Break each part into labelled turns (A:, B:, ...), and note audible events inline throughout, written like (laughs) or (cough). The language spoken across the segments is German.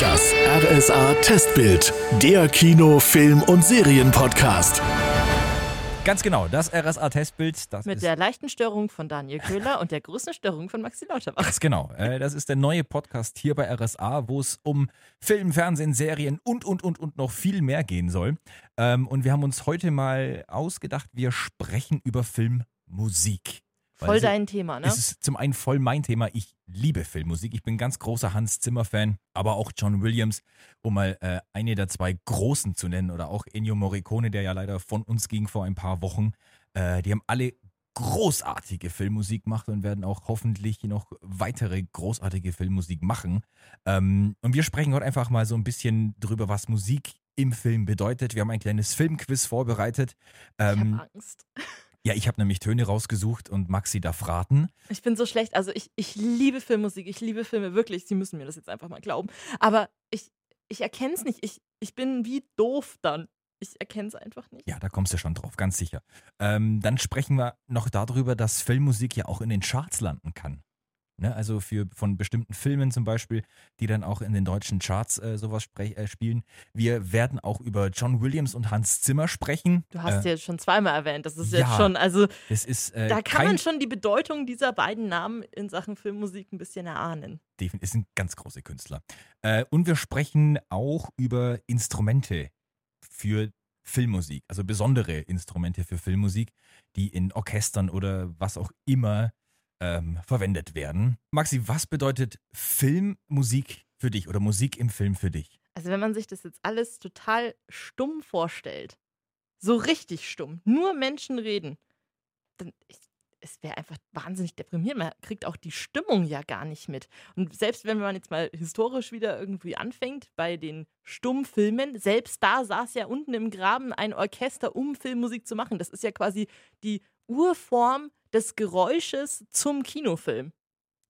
A: Das RSA Testbild, der Kino, Film und Serienpodcast.
B: Ganz genau, das RSA-Testbild, das
C: Mit
B: ist
C: der leichten Störung von Daniel Köhler und der größten Störung von Maxi Lauterbach.
B: Ganz genau. Äh, Das ist der neue Podcast hier bei RSA, wo es um Film, Fernsehen, Serien und, und, und, und noch viel mehr gehen soll. Ähm, Und wir haben uns heute mal ausgedacht, wir sprechen über Filmmusik. Weil
C: Voll
B: es-
C: dein Thema, ne?
B: Es ist zum einen voll mein Thema. Ich liebe Filmmusik. Ich bin ganz großer Hans Zimmer-Fan, aber auch John Williams, um mal äh, eine der zwei Großen zu nennen, oder auch Ennio Morricone, der ja leider von uns ging vor ein paar Wochen. Äh, die haben alle großartige Filmmusik gemacht und werden auch hoffentlich noch weitere großartige Filmmusik machen. Ähm, und wir sprechen heute einfach mal so ein bisschen drüber, was Musik im Film bedeutet. Wir haben ein kleines Filmquiz vorbereitet.
C: ich
B: Ähm,
C: habe Angst.
B: ja, ich habe nämlich Töne rausgesucht und Maxi darf raten.
C: Ich bin so schlecht. Also ich, ich liebe Filmmusik, ich liebe Filme wirklich. Sie müssen mir das jetzt einfach mal glauben. Aber ich, ich erkenne es nicht. Ich, ich bin wie doof dann. Ich erkenne es einfach nicht.
B: Ja, da kommst du schon drauf, ganz sicher. Ähm, dann sprechen wir noch darüber, dass Filmmusik ja auch in den Charts landen kann. Ne? Also für, von bestimmten Filmen zum Beispiel, die dann auch in den deutschen Charts äh, sowas sprech, äh, spielen. Wir werden auch über John Williams und Hans Zimmer sprechen.
C: Du hast
B: äh,
C: ja schon zweimal erwähnt. Das ist
B: ja.
C: jetzt schon, also
B: das ist, äh,
C: da kann
B: kein,
C: man schon die Bedeutung dieser beiden Namen in Sachen Filmmusik ein bisschen erahnen.
B: Defin- ist ein ganz großer Künstler. Äh, und wir sprechen auch über Instrumente für Filmmusik, also besondere Instrumente für Filmmusik, die in Orchestern oder was auch immer ähm, verwendet werden. Maxi, was bedeutet Filmmusik für dich oder Musik im Film für dich?
C: Also wenn man sich das jetzt alles total stumm vorstellt, so richtig stumm, nur Menschen reden, dann ich, es wäre einfach wahnsinnig deprimierend. Man kriegt auch die Stimmung ja gar nicht mit. Und selbst wenn man jetzt mal historisch wieder irgendwie anfängt bei den Stummfilmen, selbst da saß ja unten im Graben ein Orchester, um Filmmusik zu machen. Das ist ja quasi die Urform des Geräusches zum Kinofilm.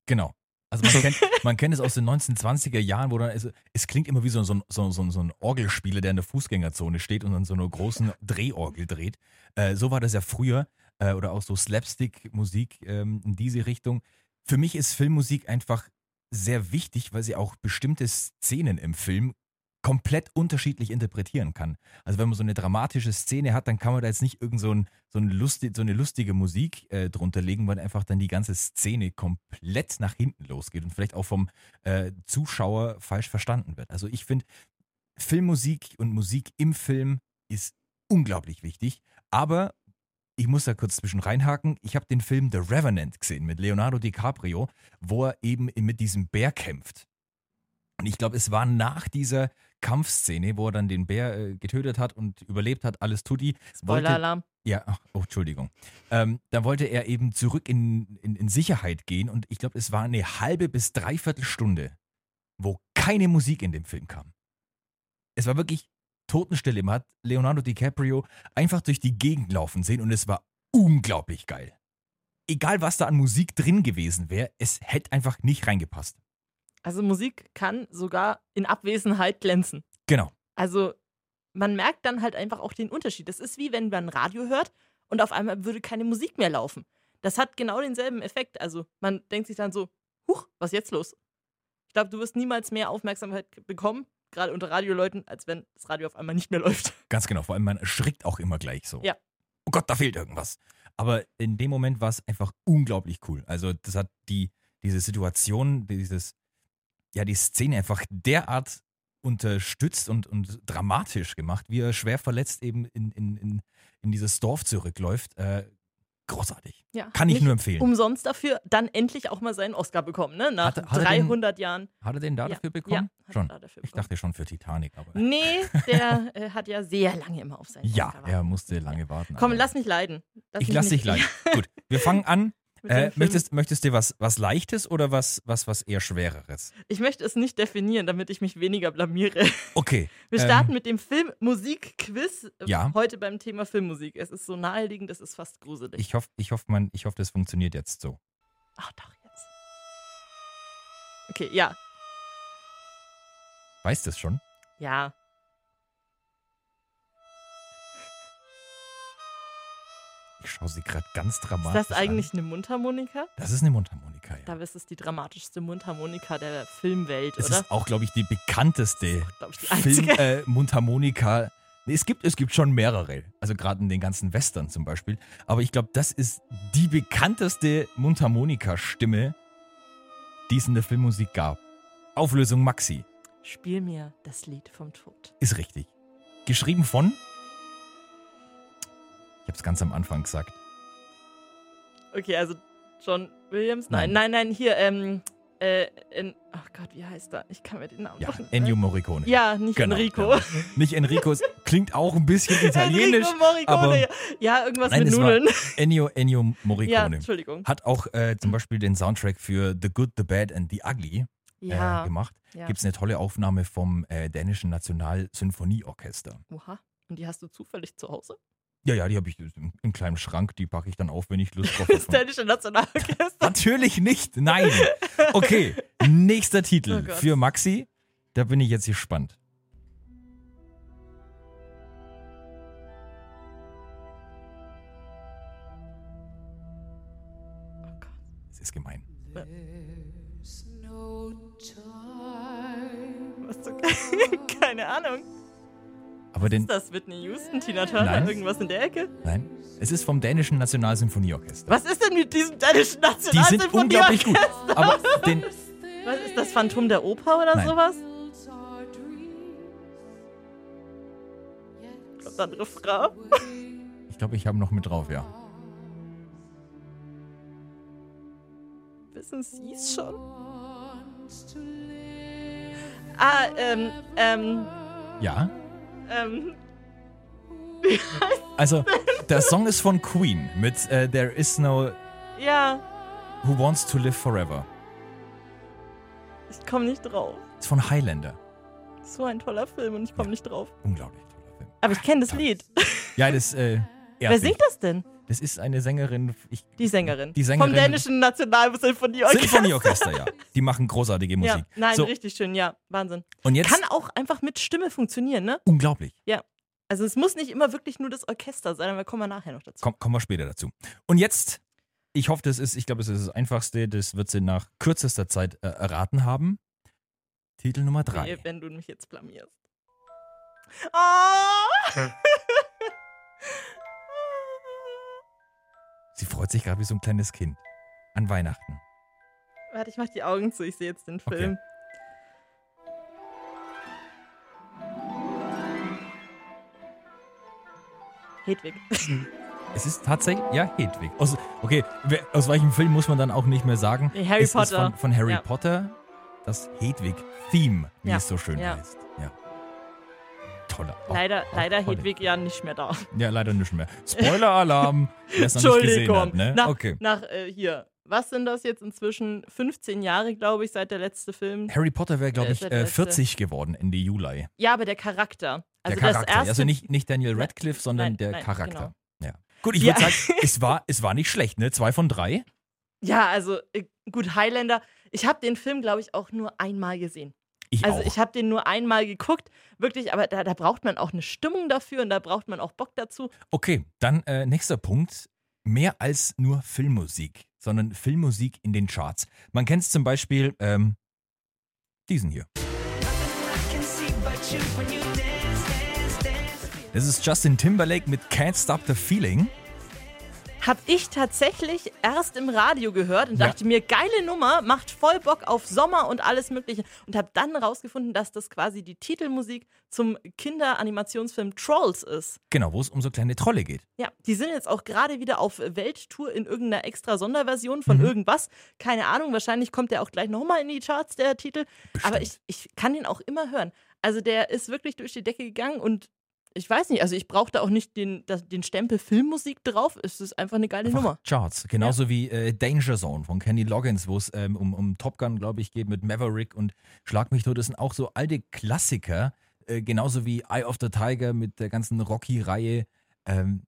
B: Genau. Also man kennt, man kennt es aus den 1920er Jahren, wo dann es, es klingt immer wie so, so, so, so, so ein Orgelspieler, der in der Fußgängerzone steht und dann so eine großen Drehorgel dreht. Äh, so war das ja früher äh, oder auch so Slapstick-Musik ähm, in diese Richtung. Für mich ist Filmmusik einfach sehr wichtig, weil sie auch bestimmte Szenen im Film komplett unterschiedlich interpretieren kann. Also wenn man so eine dramatische Szene hat, dann kann man da jetzt nicht irgend so, ein, so, ein lustig, so eine lustige Musik äh, drunter legen, weil einfach dann die ganze Szene komplett nach hinten losgeht und vielleicht auch vom äh, Zuschauer falsch verstanden wird. Also ich finde, Filmmusik und Musik im Film ist unglaublich wichtig, aber ich muss da kurz zwischen reinhaken. Ich habe den Film The Revenant gesehen mit Leonardo DiCaprio, wo er eben mit diesem Bär kämpft. Und ich glaube, es war nach dieser Kampfszene, wo er dann den Bär äh, getötet hat und überlebt hat, alles tutti. wollte-
C: Spoiler-Alarm.
B: ja, ach, oh, Entschuldigung. Ähm, dann wollte er eben zurück in, in, in Sicherheit gehen und ich glaube, es war eine halbe bis dreiviertel Stunde, wo keine Musik in dem Film kam. Es war wirklich Totenstille. Man hat Leonardo DiCaprio einfach durch die Gegend laufen sehen und es war unglaublich geil. Egal, was da an Musik drin gewesen wäre, es hätte einfach nicht reingepasst.
C: Also Musik kann sogar in Abwesenheit glänzen.
B: Genau.
C: Also man merkt dann halt einfach auch den Unterschied. Das ist wie wenn man Radio hört und auf einmal würde keine Musik mehr laufen. Das hat genau denselben Effekt. Also man denkt sich dann so, huch, was ist jetzt los? Ich glaube, du wirst niemals mehr Aufmerksamkeit bekommen, gerade unter Radioleuten, als wenn das Radio auf einmal nicht mehr (laughs) läuft.
B: Ganz genau, vor allem man erschrickt auch immer gleich so.
C: Ja.
B: Oh Gott, da fehlt irgendwas. Aber in dem Moment war es einfach unglaublich cool. Also das hat die, diese Situation, dieses, ja, die Szene einfach derart unterstützt und, und dramatisch gemacht, wie er schwer verletzt eben in, in, in, in dieses Dorf zurückläuft. Äh, großartig.
C: Ja,
B: Kann ich
C: nicht
B: nur empfehlen.
C: Umsonst dafür dann endlich auch mal seinen Oscar bekommen, ne? Nach
B: Hat- hat er den-
C: 300 Jahren.
B: hat er den da
C: Ja,
B: dafür bekommen?
C: Ja, hat
B: schon.
C: er dafür
B: Ich
C: bekommen.
B: dachte schon für Titanic, aber.
C: Nee, der äh, hat ja sehr lange immer auf seinen
B: Ja,
C: Oscar
B: er musste lange warten.
C: Komm,
B: aber-
C: lass mich leiden.
B: Ich
C: mich
B: lass dich
C: nicht- (laughs)
B: leiden. Gut, wir fangen an.
C: Mit dem
B: Äh,
C: Film.
B: möchtest, möchtest du was, was Leichtes oder was, was, was eher Schwereres?
C: Ich möchte es nicht definieren, damit ich mich weniger blamiere.
B: Okay.
C: Wir starten mit dem Film-Musik-Quiz. äh,
B: Ähm. Ja.
C: Heute beim Thema Filmmusik. Es ist so naheliegend, es ist fast gruselig.
B: Ich hoffe, ich hoff, man, ich hoff, das funktioniert jetzt so.
C: Ach doch, jetzt. Okay, ja.
B: Weißt du es schon?
C: Ja.
B: Ich schaue sie gerade ganz
C: Ist
B: dramatisch
C: das eigentlich
B: an.
C: eine Mundharmonika?
B: Das ist eine Mundharmonika, ja.
C: Da ist es die dramatischste Mundharmonika der Filmwelt,
B: Es
C: oder?
B: ist auch, glaube ich, die bekannteste
C: Glaube ich, die
B: Film,
C: einzige.
B: äh, Mundharmonika. Nee, Es gibt, es gibt schon mehrere, also gerade in den ganzen Western zum Beispiel. Aber ich glaube, das ist die bekannteste Mundharmonika-Stimme, die es in der Filmmusik gab. Auflösung Maxi
C: Spiel mir das Lied vom Tod.
B: ist richtig. Geschrieben von. Ich habe es ganz am Anfang gesagt.
C: Okay, also John Williams? Nein,
B: Nein.
C: nein, nein, hier, ähm, äh, in, oh Gott, wie heißt er? Ich kann mir den Namen (laughs)
B: Ja,
C: doch nicht
B: Ennio
C: merken.
B: Morricone.
C: Ja, nicht
B: Genau,
C: (laughs) Enrico.
B: genau. Nicht Enrico, es klingt auch ein bisschen italienisch.
C: (laughs) Enrico Morricone.
B: aber-
C: ja, irgendwas
B: Nein,
C: mit
B: es war
C: Nudeln.
B: Ennio, Ennio
C: Ja,
B: Morricone.
C: Entschuldigung.
B: Hat auch äh, zum Beispiel den Soundtrack für The Good, The Bad and The Ugly äh,
C: Ja.
B: gemacht.
C: ja.
B: Gibt es eine tolle Aufnahme vom äh, dänischen Nationalsymphonieorchester.
C: Oha. Und die hast du zufällig zu Hause?
B: Ja, ja, die habe ich im, im kleinen Schrank, die packe ich dann auf, wenn ich Lust
C: (laughs)
B: drauf
C: Das
B: habe.
C: dänische Nationalorchester.
B: Natürlich nicht, nein. Okay, nächster Titel
C: Oh Gott.
B: für Maxi. Da bin ich jetzt gespannt.
C: Oh Gott.
B: Es ist gemein.
D: There's no time.
C: (laughs) Was du, keine Ahnung.
B: Aber den,
C: Ist das Whitney Houston, Tina Turner,
B: Nein.
C: irgendwas in der Ecke?
B: nein, es ist vom dänischen Nationalsymphonieorchester.
C: Was ist denn mit diesem dänischen
B: Die sind
C: Nationalsymphonie?
B: unglaublich gut. Aber den,
C: Was ist das Phantom der Oper oder
B: Nein.
C: sowas?
D: Fields are dreams. Yet
C: Kommt dann Refrain.
B: ich glaube, ich habe noch mit drauf, ja.
C: (laughs) Wissen Sie es schon?
D: wants to live
C: Ah, ähm, ähm,
B: Ja?
C: ähm,
B: Also, der Song ist von Queen mit äh, There is no
C: ja,
B: Who Wants to Live Forever.
C: ich komme nicht drauf.
B: Ist von Highlander.
C: So ein toller Film und ich komme nicht drauf.
B: Unglaublich toller Film.
C: Aber ich kenne das Lied.
B: Ja, das, äh,
C: Wer singt das denn?
B: Das ist eine Sängerin. Ich,
C: Die Sängerin.
B: Die Sängerin.
C: Vom dänischen Nationalsymphonieorchester.
B: Sinfonieorchester, ja. Die machen großartige Musik.
C: Ja, nein,
B: so,
C: richtig schön, ja, Wahnsinn.
B: und jetzt
C: Kann auch einfach mit Stimme funktionieren, ne?
B: unglaublich.
C: Also es muss nicht immer wirklich nur das Orchester sein, aber kommen wir nachher noch dazu.
B: Komm, kommen wir später dazu. Und jetzt, ich hoffe, das ist, ich glaube, das ist das Einfachste. Das wird sie nach kürzester Zeit äh, erraten haben. Titel Nummer drei.
C: Nee, wenn du mich jetzt blamierst. Oh!
B: Sie freut sich gerade wie so ein kleines Kind. An Weihnachten.
C: (laughs) Warte, ich mach die Augen zu, ich sehe jetzt den
B: Okay.
C: Film. Hedwig.
B: Es ist tatsächlich, ja, Hedwig. Aus, okay, wer- aus welchem Film muss man dann auch nicht mehr sagen?
C: Nee, Harry
B: es Ist
C: Potter.
B: von, von Harry
C: Ja.
B: Potter, das Hedwig-Theme, wie
C: Ja.
B: es so schön
C: Ja.
B: heißt. Ja. Toller. Auch-
C: (laughs) leider
B: auch
C: leider
B: tolle.
C: Hedwig ja nicht mehr da.
B: Ja, leider nicht mehr.
C: (laughs)
B: Spoiler-Alarm, wer es noch nicht gesehen
C: Entschuldigung.
B: hat, ne?
C: Nach,
B: okay.
C: nach äh, hier. Was sind das jetzt inzwischen? 15 Jahre, glaube ich, seit der letzte Film.
B: Harry Potter wäre, glaube
C: Der
B: ich,
C: ist der
B: äh,
C: Letzte.
B: 40 geworden Ende Juli.
C: Ja, aber der Charakter. Also
B: der Charakter.
C: das erste.
B: also nicht, nicht Daniel Radcliffe, sondern
C: Nein,
B: der
C: nein, genau.
B: Charakter. Ja. Gut, ich
C: Ja.
B: würde
C: (laughs)
B: sagen, es war, es war nicht schlecht, ne? Zwei von drei.
C: ja, also äh, gut, Highlander. Ich habe den Film, glaube ich, auch nur einmal gesehen.
B: Ich
C: also
B: auch.
C: ich habe den nur einmal geguckt. Wirklich, aber da, da braucht man auch eine Stimmung dafür und da braucht man auch Bock dazu.
B: Okay, dann äh, nächster Punkt. Mehr als nur Filmmusik, sondern Filmmusik in den Charts. Man kennt es zum Beispiel, ähm, diesen hier. Das ist Justin Timberlake mit Can't Stop the Feeling.
C: Hab ich tatsächlich erst im Radio gehört und
B: Ja.
C: dachte mir, geile Nummer, macht voll Bock auf Sommer und alles Mögliche. Und hab dann rausgefunden, dass das quasi die Titelmusik zum Kinderanimationsfilm Trolls ist.
B: Genau, wo es um so kleine Trolle geht.
C: Ja, die sind jetzt auch gerade wieder auf Welttour in irgendeiner extra Sonderversion
B: Mhm.
C: von irgendwas. Keine Ahnung, wahrscheinlich kommt der auch gleich nochmal in die Charts, der Titel. Aber ich,
B: Bestimmt.
C: ich kann den auch immer hören. Also der ist wirklich durch die Decke gegangen und ich weiß nicht, also ich brauche da auch nicht den, das- den Stempel Filmmusik drauf. Es ist einfach eine geile
B: Einfach
C: Nummer.
B: Charts, genauso wie äh, Danger Zone von Kenny Loggins, wo es ähm, um, um Top Gun, glaube ich, geht mit Maverick und Schlag mich tot. Das sind auch so alte Klassiker, äh, genauso wie Eye of the Tiger mit der ganzen Rocky-Reihe, ähm,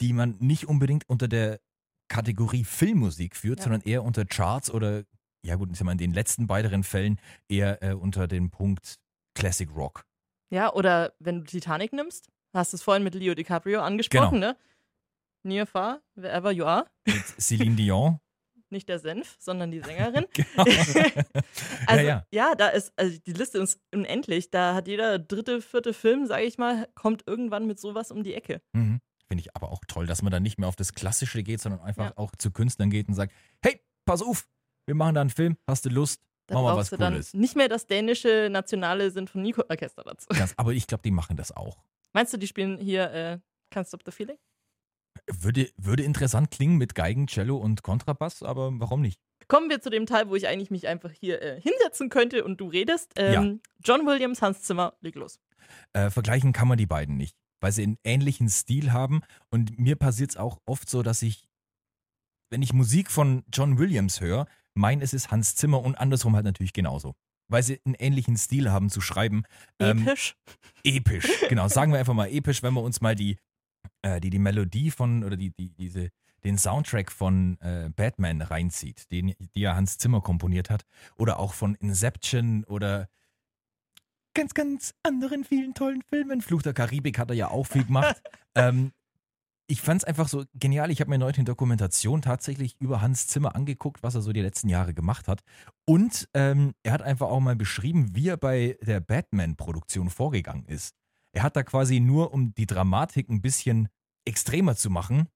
B: die man nicht unbedingt unter der Kategorie Filmmusik führt,
C: Ja.
B: sondern eher unter Charts oder, ja gut, ich sag mal, in den letzten beiden Fällen eher äh, unter dem Punkt Classic Rock. Genau.
C: Ja, oder wenn du Titanic nimmst, hast du es vorhin mit Leo DiCaprio angesprochen, ne? near far, wherever you are.
B: Mit Celine
C: (laughs)
B: Dion. (laughs)
C: Nicht der Senf, sondern die Sängerin.
B: Genau.
C: Also,
B: ja, ja.
C: da ist, also die Liste ist unendlich. Da hat jeder dritte, vierte Film, sage ich mal, kommt irgendwann mit sowas um die Ecke.
B: Mhm. Finde ich aber auch toll, dass man dann nicht mehr auf das Klassische geht, sondern einfach
C: Ja.
B: auch zu Künstlern geht und sagt, hey, pass auf, wir machen da einen Film, hast du Lust?
C: Da
B: Mach mal
C: brauchst
B: was
C: du dann
B: Cooles.
C: nicht mehr das dänische nationale Sinfonieorchester dazu.
B: Ganz, aber ich glaube, die machen das auch.
C: Meinst du, die spielen hier äh, Can't Stop the Feeling?
B: Würde, würde interessant klingen mit Geigen, Cello und Kontrabass, aber warum nicht?
C: Kommen wir zu dem Teil, wo ich eigentlich mich einfach hier äh, hinsetzen könnte und du redest. Ähm, John Williams, Hans Zimmer, leg los.
B: Äh, vergleichen kann man die beiden nicht, weil sie einen ähnlichen Stil haben. Und mir passiert es auch oft so, dass ich, wenn ich Musik von John Williams höre, mein, es ist Hans Zimmer und andersrum halt natürlich genauso. Weil sie einen ähnlichen Stil haben zu schreiben. Ähm,
C: Episch.
B: episch. Genau, sagen wir einfach mal episch, wenn wir uns mal die, äh, die, die Melodie von oder die, die, diese, den Soundtrack von äh, Batman reinzieht, den die ja Hans Zimmer komponiert hat, oder auch von Inception oder ganz, ganz anderen vielen tollen Filmen. Fluch der Karibik hat er ja auch viel gemacht. ähm, ich fand es einfach so genial. Ich habe mir neulich eine Dokumentation tatsächlich über Hans Zimmer angeguckt, was er so die letzten Jahre gemacht hat. Und ähm, er hat einfach auch mal beschrieben, wie er bei der Batman-Produktion vorgegangen ist. Er hat da quasi nur, um die Dramatik ein bisschen extremer zu machen,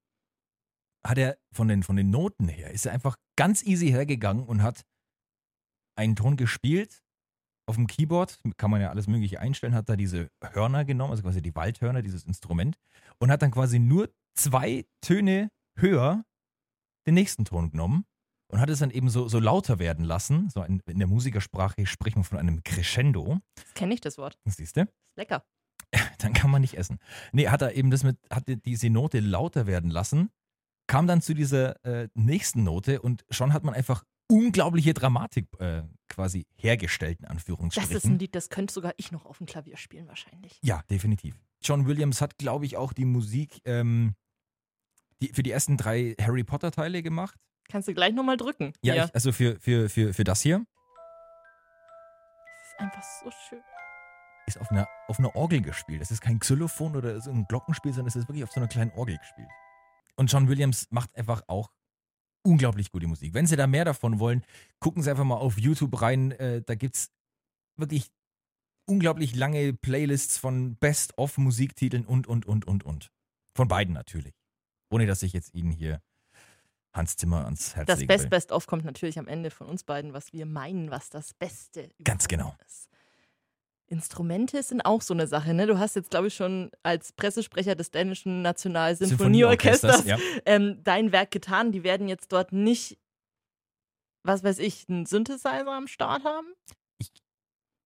B: hat er von den, von den Noten her, ist er einfach ganz easy hergegangen und hat einen Ton gespielt. Auf dem Keyboard kann man ja alles Mögliche einstellen, hat da diese Hörner genommen, also quasi die Waldhörner, dieses Instrument, und hat dann quasi nur zwei Töne höher den nächsten Ton genommen und hat es dann eben so, so lauter werden lassen. So in, in der Musikersprache spricht man von einem Crescendo,
C: Das kenne ich das Wort.
B: siehst du?
C: Ist lecker.
B: dann kann man nicht essen. Nee, hat er eben das mit, hat die- diese Note lauter werden lassen, kam dann zu dieser äh, nächsten Note und schon hat man einfach unglaubliche Dramatik äh, quasi hergestellt, in
C: Das
B: Anführungsstrichen.
C: ist ein Lied, das könnte sogar ich noch auf dem Klavier spielen, wahrscheinlich.
B: ja, definitiv. John Williams hat, glaube ich, auch die Musik ähm, die, für die ersten drei Harry Potter-Teile gemacht.
C: Kannst du gleich nochmal drücken.
B: Ja,
C: Hier.
B: Ich, also für, für, für, für das hier.
C: Das ist einfach so schön.
B: Ist auf einer, auf einer Orgel gespielt. Das ist kein Xylophon oder so ein Glockenspiel, sondern es ist wirklich auf so einer kleinen Orgel gespielt. Und John Williams macht einfach auch unglaublich gute Musik. Wenn Sie da mehr davon wollen, gucken Sie einfach mal auf YouTube rein. Äh, da gibt es wirklich unglaublich lange Playlists von Best-of-Musiktiteln und, und, und, und, und. Von beiden natürlich. Ohne, dass ich jetzt Ihnen hier Hans Zimmer ans Herz
C: Das
B: legen will.
C: Best-Best-Off kommt natürlich am Ende von uns beiden, was wir meinen, was das Beste
B: Ganz
C: überhaupt
B: genau.
C: ist. Instrumente sind auch so eine Sache. Ne? Du hast jetzt, glaube ich, schon als Pressesprecher des dänischen Nationalsinfonieorchesters
B: ja.
C: ähm, dein Werk getan. Die werden jetzt dort nicht, was weiß ich, einen Synthesizer am Start haben.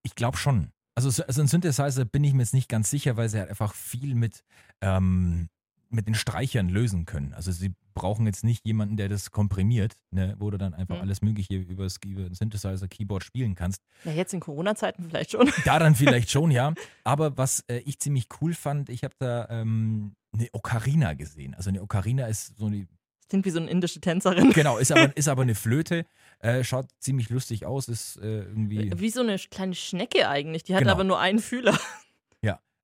B: Ich glaube schon. Also, so- also ein Synthesizer bin ich mir jetzt nicht ganz sicher, weil sie halt einfach viel mit, ähm, mit den Streichern lösen können. Also sie brauchen jetzt nicht jemanden, der das komprimiert, ne, wo du dann einfach
C: Mhm.
B: alles Mögliche über das über den Synthesizer, Keyboard spielen kannst.
C: Ja, jetzt in Corona-Zeiten vielleicht schon. (laughs)
B: Da dann vielleicht schon, ja. Aber was äh, ich ziemlich cool fand, ich habe da ähm, eine Ocarina gesehen. Also eine Ocarina ist so eine
C: Klingt wie so eine indische Tänzerin.
B: Genau, ist aber, ist aber eine Flöte. Äh, schaut ziemlich lustig aus, ist äh, irgendwie.
C: Wie so eine kleine Schnecke eigentlich. Die hat
B: Genau.
C: aber nur einen Fühler.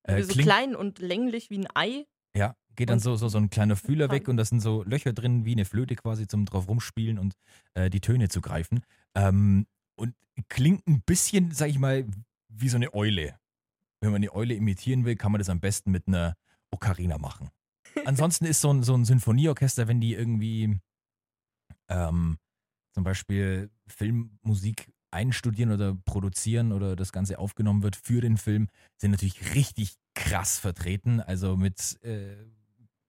B: Äh,
C: so klein und länglich wie ein Ei.
B: Ja, geht dann
C: Und-
B: so, so, so ein kleiner Fühler weg
C: Fein.
B: und da sind so Löcher drin, wie eine Flöte quasi zum drauf rumspielen und äh, die Töne zu greifen. Ähm, und klingt ein bisschen, sag ich mal, wie so eine Eule. Wenn man eine Eule imitieren will, kann man das am besten mit einer Ocarina machen. Ansonsten ist so ein, so ein Sinfonieorchester, wenn die irgendwie ähm, zum Beispiel Filmmusik einstudieren oder produzieren oder das Ganze aufgenommen wird für den Film, sind natürlich richtig krass vertreten. Also mit äh,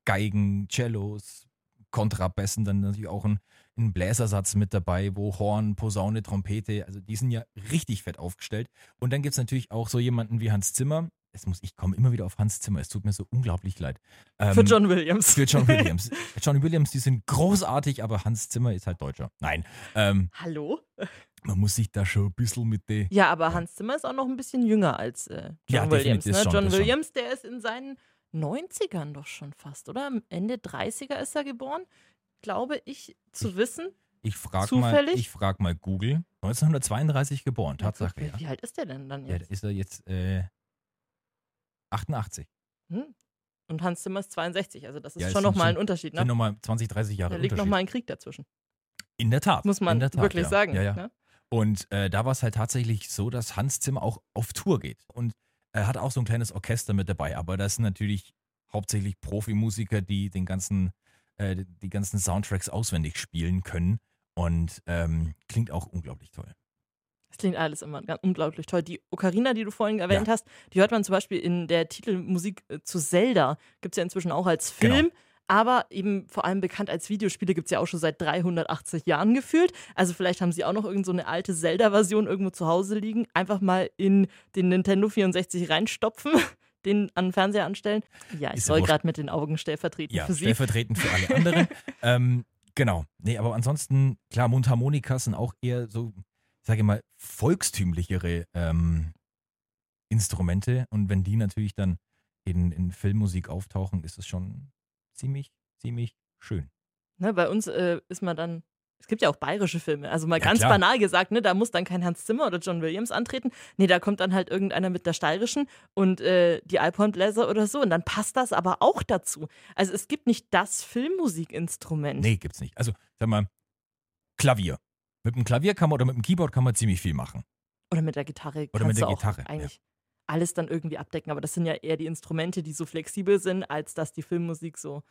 B: Geigen, Cellos, Kontrabässen, dann natürlich auch ein, ein Bläsersatz mit dabei, wo Horn, Posaune, Trompete, also die sind ja richtig fett aufgestellt. Und dann gibt es natürlich auch so jemanden wie Hans Zimmer. Es muss, ich komme immer wieder auf Hans Zimmer, es tut mir so unglaublich leid.
C: Für
B: Ähm,
C: John Williams.
B: für
C: (laughs)
B: John Williams. John Williams, die sind großartig, aber Hans Zimmer ist halt Deutscher. Nein, ähm,
C: Hallo?
B: man muss sich da schon ein bisschen mit der.
C: Ja, aber Hans Zimmer ist auch noch ein bisschen jünger als äh, John
B: Ja,
C: Williams.
B: definitiv,
C: Ne?
B: das schon,
C: John
B: das schon.
C: Williams, der ist in seinen 90ern doch schon fast, oder? Am Ende 30er ist er geboren, glaube ich, zu wissen.
B: Ich frag, mal,
C: Zufällig?
B: ich frag mal Google. 1932 geboren, Tatsache, ja.
C: Wie,
B: äh,
C: wie alt ist der denn dann
B: ja da
C: jetzt?
B: ist er jetzt äh, 88.
C: Hm? Und Hans Zimmer ist 62, also das ist
B: Ja, es
C: schon
B: sind
C: nochmal
B: schon-
C: ein Unterschied.
B: Sind
C: Ne?
B: nochmal 20, 30 Jahre
C: Da liegt
B: Unterschied.
C: nochmal ein Krieg dazwischen.
B: in der Tat.
C: Muss
B: in
C: man
B: der Tat,
C: wirklich
B: ja.
C: sagen.
B: Ja, ja.
C: Ne?
B: Und äh, da war es halt tatsächlich so, dass Hans Zimmer auch auf Tour geht. Und er hat auch so ein kleines Orchester mit dabei. Aber das sind natürlich hauptsächlich Profimusiker, die den ganzen, äh, die ganzen Soundtracks auswendig spielen können. Und ähm, klingt auch unglaublich toll.
C: Das klingt alles immer ganz unglaublich toll. Die Ocarina, die du vorhin erwähnt hast, die hört man zum Beispiel in der Titelmusik äh, zu Zelda. Gibt es ja inzwischen auch als
B: Genau.
C: Film. Aber eben vor allem bekannt als Videospiele gibt es ja auch schon seit 380 Jahren gefühlt. Also vielleicht haben sie auch noch irgend so eine alte Zelda-Version irgendwo zu Hause liegen. Einfach mal in den Nintendo 64 reinstopfen, (laughs) den an den Fernseher anstellen. Ja, ich
B: Ist ja
C: soll
B: wurscht.
C: gerade mit den Augen stellvertretend
B: Ja,
C: für sie.
B: stellvertretend für alle
C: (laughs)
B: anderen. ähm, genau. Nee, aber ansonsten, klar, Mundharmonikas sind auch eher so, sage ich mal, volkstümlichere ähm, Instrumente. Und wenn die natürlich dann in, in Filmmusik auftauchen, ist es schon ziemlich, ziemlich schön.
C: Ne, bei uns äh, ist man dann, es gibt ja auch bayerische Filme, also mal
B: Ja,
C: ganz
B: klar.
C: banal gesagt, ne, da muss dann kein Hans Zimmer oder John Williams antreten. Nee, da kommt dann halt irgendeiner mit der steirischen und äh, die Alphorn Bläser oder so. Und dann passt das aber auch dazu. Also es gibt nicht das Filmmusikinstrument.
B: Nee, gibt's nicht. Also, sag mal, Klavier. Mit dem Klavier kann man oder mit dem Keyboard kann man ziemlich viel machen.
C: Oder mit der Gitarre.
B: Oder mit
C: kannst
B: der
C: du auch
B: Gitarre, ja.
C: Eigentlich alles dann irgendwie abdecken, aber das sind ja eher die Instrumente, die so flexibel sind, als dass die Filmmusik so.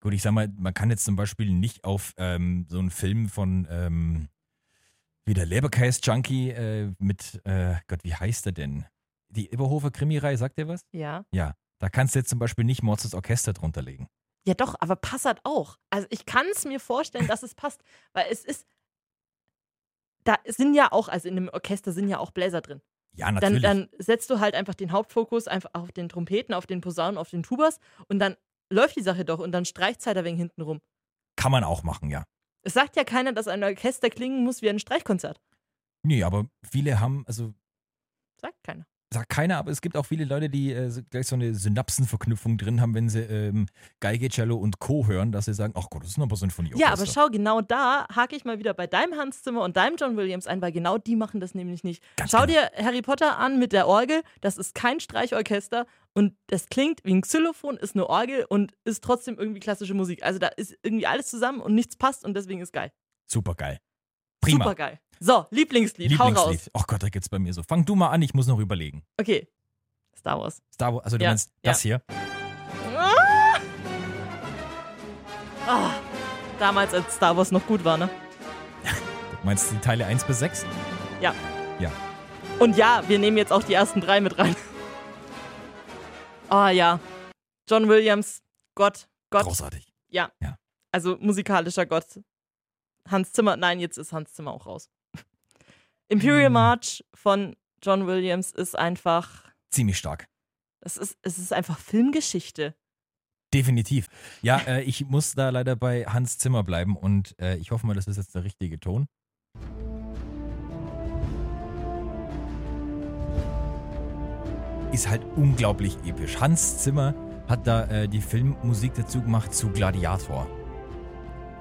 B: Gut, ich sag mal, man kann jetzt zum Beispiel nicht auf ähm, so einen Film von ähm, wie der Leberkäse-Junkie äh, mit, äh, Gott, wie heißt der denn? Die Eberhofer Krimireihe, sagt der was?
C: Ja.
B: Ja. Da kannst du jetzt zum Beispiel nicht Mords das Orchester drunter legen.
C: Ja, doch, aber passert auch. Also ich kann es mir vorstellen, dass es passt, weil es ist. Da sind ja auch, also in einem Orchester sind ja auch Bläser drin.
B: Ja,
C: Dann,
B: natürlich.
C: dann setzt du halt einfach den Hauptfokus einfach auf den Trompeten, auf den Posaunen, auf den Tubas und dann läuft die Sache doch und dann streicht es halt ein wenig hinten rum.
B: Kann man auch machen, ja.
C: Es sagt ja keiner, dass ein Orchester klingen muss wie ein Streichkonzert.
B: Nee, aber viele haben, also
C: Sagt keiner.
B: sagt keiner, aber es gibt auch viele Leute, die äh, so- gleich so eine Synapsenverknüpfung drin haben, wenn sie ähm, Geige, Cello und Co. hören, dass sie sagen, ach Gott, das ist aber Sinfonieorchester.
C: Ja, aber schau, genau da hake ich mal wieder bei deinem Hans Zimmer und deinem John Williams ein, weil genau die machen das nämlich nicht.
B: Ganz
C: Schau
B: genau.
C: dir Harry Potter an mit der Orgel. Das ist kein Streichorchester und das klingt wie ein Xylophon, ist eine Orgel und ist trotzdem irgendwie klassische Musik. Also da ist irgendwie alles zusammen und nichts passt und deswegen ist geil.
B: Supergeil. Prima.
C: Super geil. So, Lieblingslied, hau raus.
B: Lieblingslied. Ach Gott, da geht's bei mir so. Fang du mal an, ich muss noch überlegen.
C: Okay. Star Wars.
B: Star Wars, also du
C: Ja,
B: meinst
C: ja.
B: das hier?
C: Ah! Ah, damals, als Star Wars noch gut war, ne?
B: Du meinst die Teile 1 bis 6?
C: Und ja, wir nehmen jetzt auch die ersten drei mit rein. Ah ja. John Williams, Gott, Gott.
B: Großartig.
C: Also musikalischer Gott. Hans Zimmer, nein, jetzt ist Hans Zimmer auch raus. (laughs) Imperial
B: Hm.
C: March von John Williams ist einfach,
B: Ziemlich stark.
C: es ist, es ist einfach Filmgeschichte.
B: Definitiv. Ja, äh, ich muss da leider bei Hans Zimmer bleiben und äh, ich hoffe mal, das ist jetzt der richtige Ton. Ist halt unglaublich episch. Hans Zimmer hat da äh, die Filmmusik dazu gemacht zu Gladiator.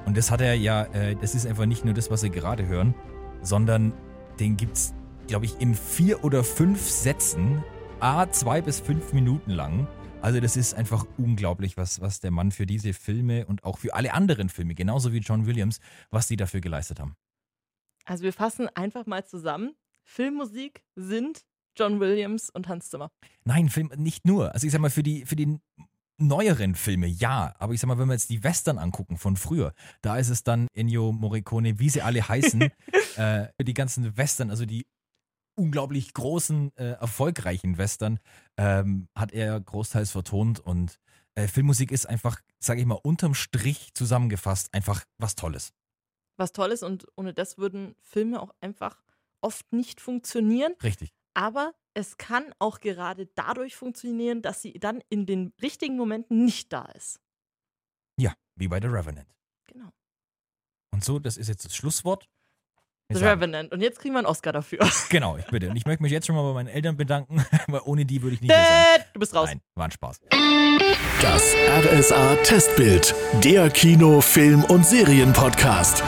B: Und das hat er ja, äh, das ist einfach nicht nur das, was Sie gerade hören, sondern den gibt's, glaube ich, in vier oder fünf Sätzen, a zwei bis fünf Minuten lang. Also das ist einfach unglaublich, was, was der Mann für diese Filme und auch für alle anderen Filme, genauso wie John Williams, was die dafür geleistet haben.
C: Also wir fassen einfach mal zusammen. Filmmusik sind John Williams und Hans Zimmer.
B: Nein, Film nicht nur. Also ich sag mal, für die, für die neueren Filme, ja. Aber ich sag mal, wenn wir jetzt die Western angucken von früher, da ist es dann Ennio Morricone, wie sie alle heißen, äh, die ganzen Western, also die unglaublich großen, äh, erfolgreichen Western, ähm, hat er großteils vertont und äh, Filmmusik ist einfach, sage ich mal, unterm Strich zusammengefasst einfach was Tolles.
C: Was toll ist und ohne das würden Filme auch einfach oft nicht funktionieren.
B: Richtig.
C: Aber es kann auch gerade dadurch funktionieren, dass sie dann in den richtigen Momenten nicht da ist.
B: Ja, wie bei The Revenant.
C: Genau.
B: Und so, das ist jetzt das Schlusswort. Wir
C: The
B: sagen-
C: Revenant. Und jetzt kriegen wir einen Oscar dafür.
B: Genau, ich bitte. Und ich möchte mich jetzt schon mal bei meinen Eltern bedanken, (laughs) weil ohne die würde ich nicht hier sein.
C: Dad, du bist Äh, raus.
B: Nein, war ein Spaß.
A: Das RSA Testbild, der Kino, Film und Serienpodcast.